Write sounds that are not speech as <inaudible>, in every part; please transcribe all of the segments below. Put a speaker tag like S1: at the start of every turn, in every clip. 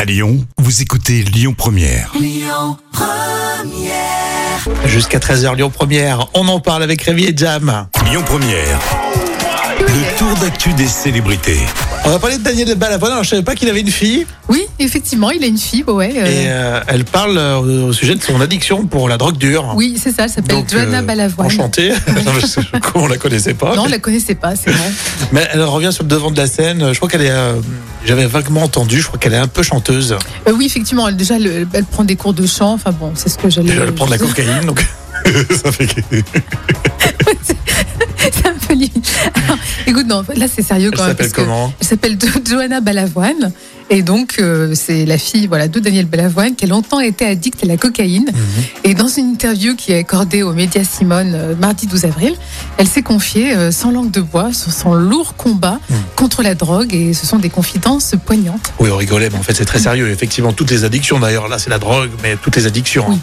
S1: À Lyon, vous écoutez Lyon Première.
S2: Jusqu'à 13h Lyon Première, on en parle avec Rémi et Jam.
S1: Lyon Première. Le tour d'actu des célébrités.
S2: On va parler de Daniel Balavoine, alors je savais pas qu'il avait une fille
S3: Oui, effectivement, il a une fille, bah ouais. euh,
S2: et euh, elle parle euh, au sujet de son addiction pour la drogue dure.
S3: Oui, c'est ça, elle s'appelle
S2: Donc,
S3: Joanna
S2: euh,
S3: Balavoine.
S2: Enchantée, <laughs> Non, parce que on la connaissait pas.
S3: Non, on la connaissait pas,
S2: <laughs>
S3: c'est vrai.
S2: Mais elle revient sur le devant de la scène, je crois qu'elle est... euh, J'avais vaguement entendu, je crois qu'elle est un peu chanteuse.
S3: Euh, oui, effectivement, elle, déjà, elle, elle prend des cours de chant. Enfin bon, c'est ce que j'allais.
S2: Déjà, elle prend de la cocaïne, donc... ça fait que-
S3: <laughs> C'est un peu limite. Alors, écoute, non, là, c'est sérieux
S2: Elle
S3: quand même. parce
S2: s'appelle
S3: que
S2: comment
S3: Elle s'appelle Jo- Johanna Balavoine. Et donc, euh, c'est la fille voilà, de Daniel Balavoine qui a longtemps été addicte à la cocaïne.
S2: Mhm.
S3: Et dans une interview qui est accordée aux médias Simone euh, mardi 12 avril, elle s'est confiée euh, sans langue de bois sur son lourd combat
S2: Mhm.
S3: contre la drogue. Et ce sont des confidences poignantes.
S2: Oui, on rigolait, mais en fait c'est très sérieux. Effectivement, toutes les addictions d'ailleurs, là c'est la drogue, mais toutes les addictions.
S3: Oui.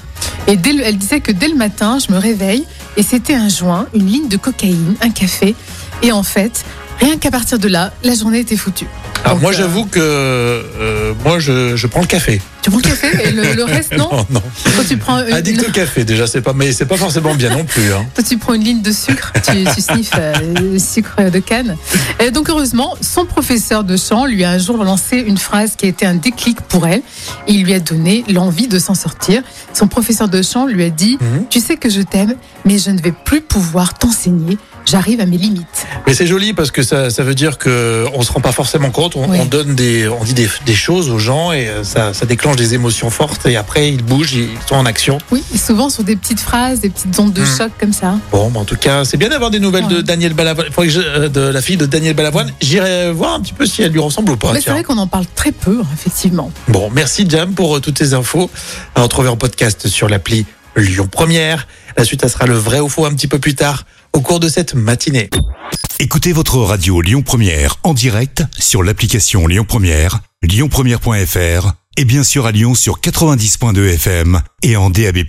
S3: Et dès le- elle disait que dès le matin, je me réveille et c'était un joint, une ligne de cocaïne, un café. Et en fait, rien qu'à partir de là, la journée était foutue.
S2: Alors
S3: Donc,
S2: Ah, moi
S3: euh,
S2: j'avoue que euh, moi je, je prends le café.
S3: Tu prends le café et le, le reste, non
S2: <laughs> non, non.
S3: Quand tu prends une,
S2: Addict au café déjà, c'est pas mais c'est pas forcément bien non plus. hein.
S3: quand tu prends une ligne de sucre, tu,
S2: <laughs>
S3: tu sniffes euh, le sucre de canne. Et donc heureusement, son professeur de chant lui a un jour lancé une phrase qui a été un déclic pour elle. Il lui a donné l'envie de s'en sortir. Son professeur de chant lui a dit
S2: Mhm.
S3: Tu sais que je t'aime, mais je ne vais plus pouvoir t'enseigner. J'arrive à mes limites.
S2: Mais c'est joli parce que ça, ça veut dire que on se rend pas forcément compte, on,
S3: Oui.
S2: on donne des on dit des, des choses aux gens et euh, ça, ça déclenche des émotions fortes et après ils bougent, ils sont en action.
S3: Oui, et souvent sur des petites phrases, des petites ondes de
S2: Mhm.
S3: choc comme ça.
S2: Bon, bah, en tout cas, c'est bien d'avoir des nouvelles de
S3: Ouais.
S2: Daniel Balavoine, Il faudrait que je- euh, de la fille de Daniel Balavoine. J'irai voir un petit peu si elle lui ressemble ou pas.
S3: Mais c'est
S2: tiens.
S3: vrai qu'on en parle très peu, hein, effectivement.
S2: Bon, merci Jam pour euh, toutes ces infos. À retrouver en podcast sur l'appli Lyon Première. La suite, ça sera le vrai ou faux un petit peu plus tard au cours de cette matinée.
S1: Écoutez votre radio Lyon Première en direct sur l'application Lyon Première, lyonpremière.fr et bien sûr à Lyon sur 90.2 FM et en DAB+.